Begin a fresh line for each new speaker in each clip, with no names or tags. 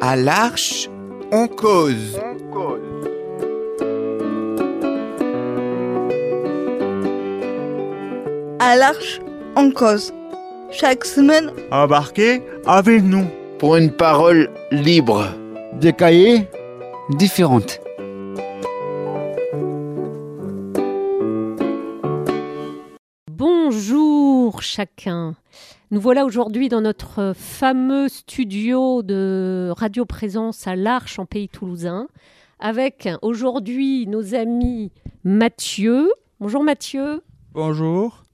À l'arche, on cause.
à l'Arche en cause. Chaque semaine,
Embarquez avec nous.
pour une parole libre.
Des cahiers
différentes.
Bonjour chacun. Nous voilà aujourd'hui dans notre fameux studio de Radio Présence à l'Arche en Pays Toulousain avec aujourd'hui nos amis Mathieu. Bonjour Mathieu.
Bonjour.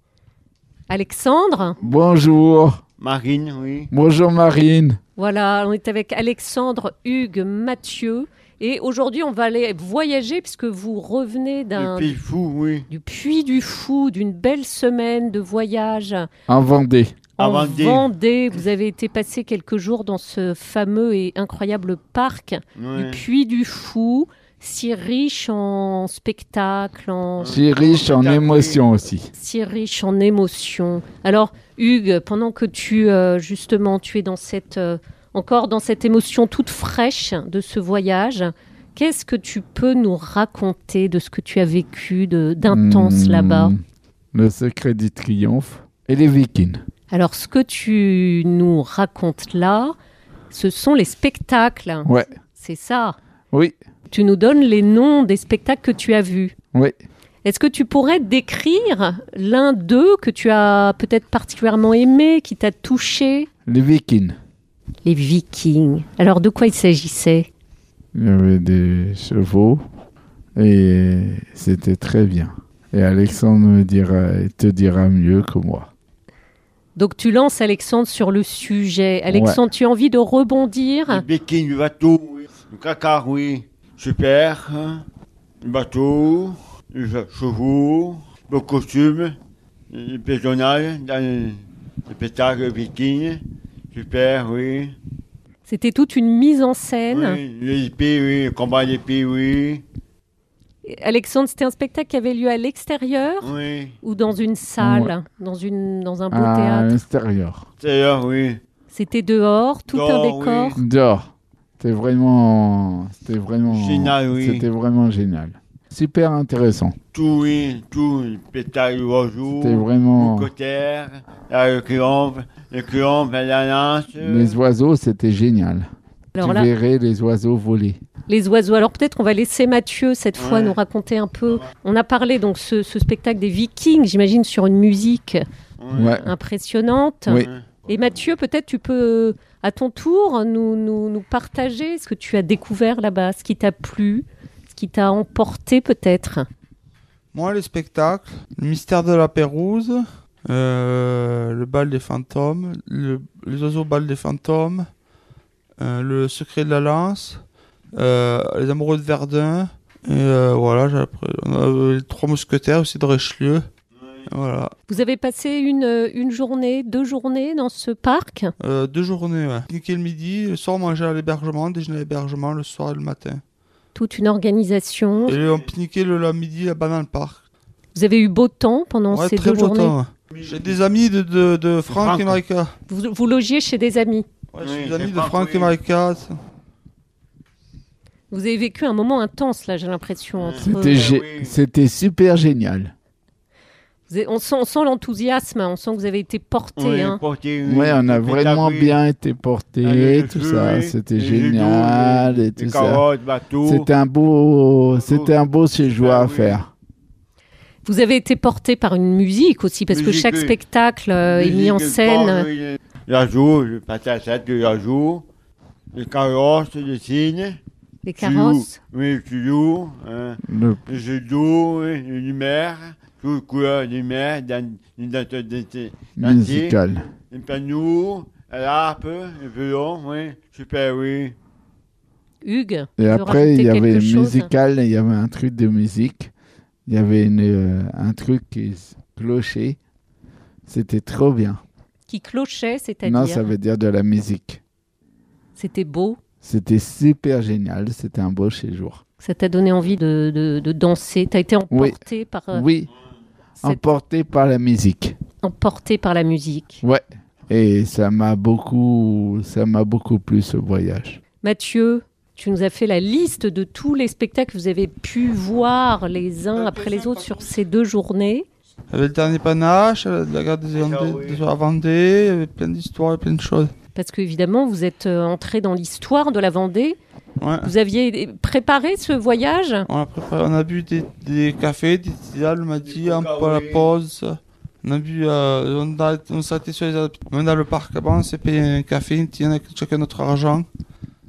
Alexandre.
Bonjour.
Marine, oui.
Bonjour Marine.
Voilà, on est avec Alexandre, Hugues, Mathieu. Et aujourd'hui, on va aller voyager puisque vous revenez d'un,
Depuis fou, oui.
du Puy du Fou, d'une belle semaine de voyage.
En Vendée.
À
En
Vendée.
Vendée, vous avez été passé quelques jours dans ce fameux et incroyable parc
Ouais.
du Puy du Fou, si riche en spectacles, en-
C'est riche en émotions aussi.
si riche en émotions. Alors, Hugues, pendant que tu euh, justement tu es dans cette euh, encore dans cette émotion toute fraîche de ce voyage, qu'est-ce que tu peux nous raconter de ce que tu as vécu de- d'intense
Mmh.
là-bas
Le secret du triomphe et les vikings.
Alors, ce que tu nous racontes là, ce sont les spectacles.
Ouais.
C'est ça.
Oui,
Tu nous donnes les noms des spectacles que tu as vus.
oui.
Est-ce que tu pourrais décrire l'un d'eux que tu as peut-être particulièrement aimé, qui t'a touché
Les vikings.
Les Vikings. Alors, de quoi il s'agissait
Il y avait des chevaux et c'était très bien. Et Alexandre me dira, il te dira mieux que moi.
Donc, tu lances Alexandre sur le sujet. Alexandre, tu as envie de
Le
rebondir
béquin du bateau, oui. Le cacar, oui. Super. hein. Le bateau, les chevaux, le costume, le personnage dans le, le pétacle viking. Super, oui.
C'était toute une mise en scène.
oui. Les épées, oui. Le combat d'épées, oui.
Alexandre, c'était un spectacle qui avait lieu à l'extérieur
Oui.
ou dans une salle, dans, une, dans un beau
À
théâtre.
l'extérieur.
D'ailleurs, oui.
Ah.
C'était dehors, tout un
Dehors,
décor.
Dehors. C'était vraiment... C'était vraiment...
Génial, oui.
C'était vraiment génial. Super intéressant.
Tout, oui. Tout. Le pétacle du oiseau.
C'était vraiment...
Le cotère, la- le triomphe, le triomphe, la lance.
Les oiseaux, c'était génial.
Alors
tu
là,
verrais les oiseaux voler.
les oiseaux. Alors peut-être qu'on va laisser Mathieu cette fois
Ouais.
nous raconter un peu. On a parlé donc ce, ce spectacle des Vikings, j'imagine, sur une musique
Ouais.
impressionnante.
Oui.
Et Mathieu, peut-être tu peux euh, à ton tour nous, nous, nous partager ce que tu as découvert là-bas, ce qui t'a plu, ce qui t'a emporté peut-être.
Moi, le spectacle, le mystère de la Pérouse, euh, le bal des fantômes, le, les oiseaux bal des fantômes, euh, le secret de la lance, euh, les amoureux de Verdun, et euh, voilà, j'ai appris- on a, euh, les trois mousquetaires aussi de Richelieu. Voilà,
Vous avez passé une, euh, une journée, deux journées dans ce parc.
Euh, deux journées, ouais. Pique-niquer le midi, le soir, manger à l'hébergement, déjeuner à l'hébergement, le soir et le matin.
Toute une organisation.
Et on pique-niquait le, le midi là-bas dans le parc.
Vous avez eu beau temps pendant
ouais,
ces
très
deux
beau
journées.
temps. ouais. J'ai des amis de, de, de Franck,
Franck.
et Marika.
Vous, vous logiez chez des amis.
Oui,
Ouais, je suis
c'est
ami de
Franck,
Franck
oui.
et Marika.
Vous avez vécu un moment intense, là, j'ai l'impression. entre- euh,
C'était gé-
Eh oui.
c'était super génial.
Vous avez- on sent, on sent l'enthousiasme, hein, on sent que vous avez été porté.
Oui,
hein.
porté, oui.
Ouais, on a
Le
vraiment
pétacle,
bien été
Allez,
porté,
le
tout
feu,
ça,
oui.
c'était
Les
génial et
Les
tout ça.
carottes, bateau.
C'était un beau, c'était un beau séjour
Ah,
à
oui.
faire.
Vous avez été porté par une musique aussi, parce que
Musique,
chaque
oui.
spectacle euh, est
Musique,
mis en
le
scène.
porc, oui, le- L'ajout, le patate, de l'ajout. Les carottes, les cygnes.
Les
tuyaux.
carrosses.
Oui, le tuyau. Hein.
Le-
Le jeu d'eau, oui, les lumières. Toutes les couleurs des lumières dans, dans, dans, dans, Merci.
musical.
les panneaux, l'harpe, le violon, oui. Super, oui.
Hugues. tu
Et
veux
après, il y
rajouter
avait
quelque chose
musical, il y avait un truc de musique, il y avait une, euh, un truc qui s- clochait. C'était trop bien.
Qui clochait,
Non, ça
c'est-à-dire.
veut dire de la musique.
C'était beau.
C'était super génial, c'était un beau séjour.
Ça t'a donné envie de, de- de danser. T'as été emporté, par, euh,
Oui,
cette-
emporté par la musique.
emporté par la musique.
Et ça m'a beaucoup, ça m'a beaucoup plu ce voyage.
Mathieu, tu nous as fait la liste de tous les spectacles que vous avez pu voir les uns après les autres sur ces deux journées.
Il y avait le dernier panache, la la guerre des
Ah
Vendée,
oui.
de la Vendée, il y avait plein d'histoires et plein de choses.
Parce que, évidemment, vous êtes euh, entré dans l'histoire de la Vendée.
Ouais.
Ah.
Vous aviez préparé ce voyage
On a préparé, on a bu des, des cafés, des tisanes, on m'a dit, un
coca,
peu à la
oui.
pause. On a bu, euh, on, a- on s'est arrêté sur les adap- Même dans le parc, avant, on s'est payé un café, une tisane avec chacun notre argent.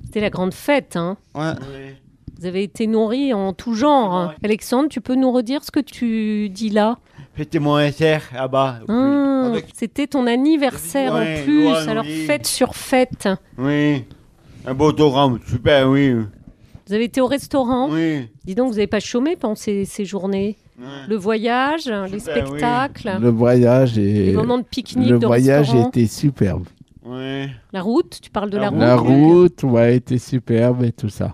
C'était la grande fête. Hein.
Ouais.
Ah.
Oui.
Vous avez été nourri en tout genre. Alexandre, tu peux nous redire ce que tu dis là
C'était mon SR là-bas.
Ah,
Avec-
C'était ton anniversaire
Ouais,
en plus.
ouais,
Alors,
oui.
fête sur fête.
Oui. Un beau torrent, super, oui.
Vous avez été au restaurant.
Oui.
Dis donc, vous n'avez pas chômé pendant ces, ces journées
Ouais.
Le voyage, les
Super, oui.
spectacles,
Le voyage
les
et
moments de pique-nique,
le
de
voyage
restaurant.
était superbe.
Oui.
La route, tu parles de la,
La
route,
La route, ouais, était superbe et tout ça.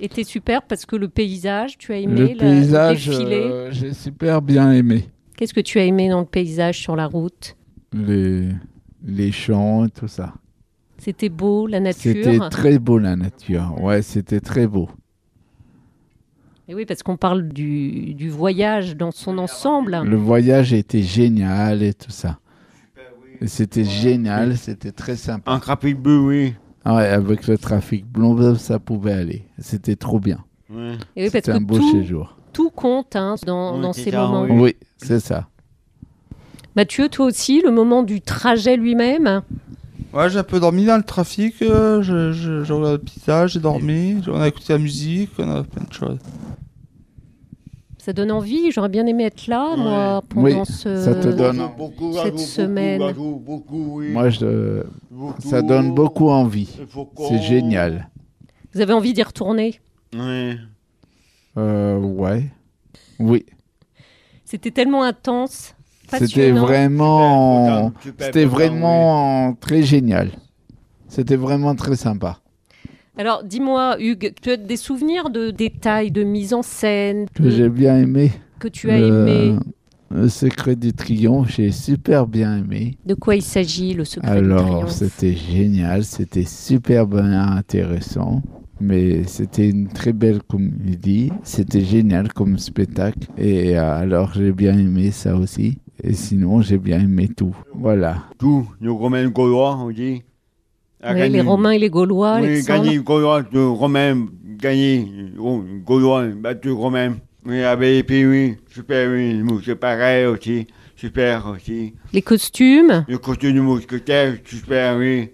était super parce que le paysage, tu as
Le
aimé la-
paysage,
défilé.
euh, j'ai super bien aimé.
Qu'est-ce que tu as aimé dans le paysage sur la route
Les, les champs et tout ça.
C'était beau, la
C'était
nature.
très beau la nature. Ouais, c'était très beau.
Et oui, parce qu'on parle du, du voyage dans son ensemble.
Le voyage était génial et tout ça. Et C'était génial, c'était très sympa.
En crapule bleu, oui.
Ah ouais, avec le trafic blond, ça pouvait aller. C'était trop bien.
Oui.
Et oui, Eh, parce
C'était
que
un beau
tout,
séjour.
tout compte hein, dans,
Oui,
dans
c'est
ces
ça,
moments.
oui.
Oui, c'est ça.
Mathieu, toi aussi, le moment du trajet lui-même
Ouais, j'ai un peu dormi dans le trafic, euh, je, je, je regardais le pizza, j'ai dormi, on a écouté la musique, on a fait plein de choses.
ça donne envie, j'aurais bien aimé être là,
Ouais.
moi,
Oui,
pendant ce...
ça te donne-
Beaucoup, beaucoup,
Euh, Cette
beaucoup,
semaine.
Beaucoup, beaucoup, oui.
Moi, je...
Beaucoup.
ça donne beaucoup envie.
Le faucon.
C'est génial.
Vous avez envie d'y retourner
Oui.
Euh, ouais. Oui.
C'était tellement intense,
C'était
passionnant.
vraiment,
Super, super,
c'était
super,
vraiment très génial. C'était vraiment très sympa.
Alors, dis-moi, Hugues, tu as des souvenirs de détails, de mise en scène
Que j'ai bien aimé.
que tu as
Le-
aimé
Le secret du triomphe, j'ai super bien aimé.
De quoi il s'agit, le secret du
Alors,
triomphe
c'était génial, c'était super bien intéressant, mais c'était une très belle comédie, c'était génial comme spectacle, et euh, alors j'ai bien aimé ça aussi, et sinon j'ai bien aimé tout. Voilà,
Tout, les Romains gaulois, on dit. À
Ouais,
gagner.
Les Romains et les Gaulois,
Oui,
Alexandre.
gagner gaulois, de Romain, gagner Ro- gaulois, battu Romain. Oui, avec puis oui, super, oui, mou- c'est pareil aussi, super aussi.
Les costumes.
Le côté du mousquetaire, super, oui.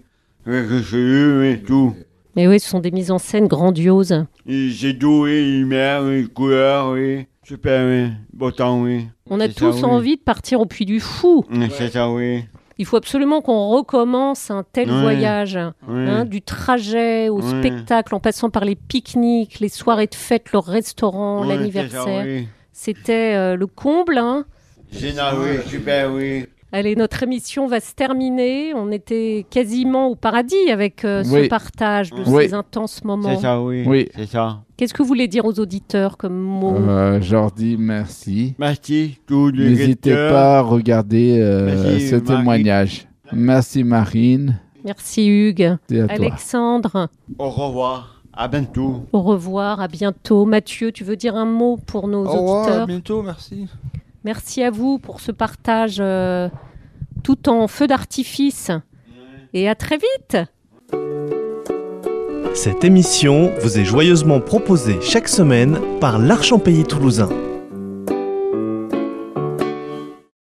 Avec Richelieu, oui, tout.
Mais oui, ce sont des mises en scène grandioses.
Et J'ai tout, oui, lumière, oui, couleur, oui, super, oui, beau temps, oui.
On a
C'est ça,
tous
oui.
envie de partir au Puy du Fou.
Oui, C'est ça, oui.
Il faut absolument qu'on recommence un tel
Ouais.
voyage.
oui.
hein, du trajet au
Ouais.
spectacle, en passant par les pique-niques, les soirées de fête, le restaurant,
Oui, c'est ça,
l'anniversaire.
oui.
C'était euh, le comble. hein.
Génial, oui, super, oui.
Allez, notre émission va se terminer. On était quasiment au paradis avec euh, ce
Oui.
partage de
Oui.
ces intenses
C'est
moments.
ça, oui.
Oui.
C'est ça.
Qu'est-ce que vous voulez dire aux auditeurs comme mot
euh, Jordi, merci.
Merci, tous les
N'hésitez
lecteurs.
pas à regarder euh,
Merci,
ce
Marine.
témoignage. Merci Marine,
Merci Hugues.
c'est à toi.
Alexandre,
Au revoir, à bientôt.
au revoir, à bientôt. Mathieu, tu veux dire un mot pour nos
Au revoir, à
auditeurs
bientôt, merci.
Merci à vous pour ce partage euh, tout en feu d'artifice. Et à très vite
Cette émission vous est joyeusement proposée chaque semaine par l'Archempayé toulousain.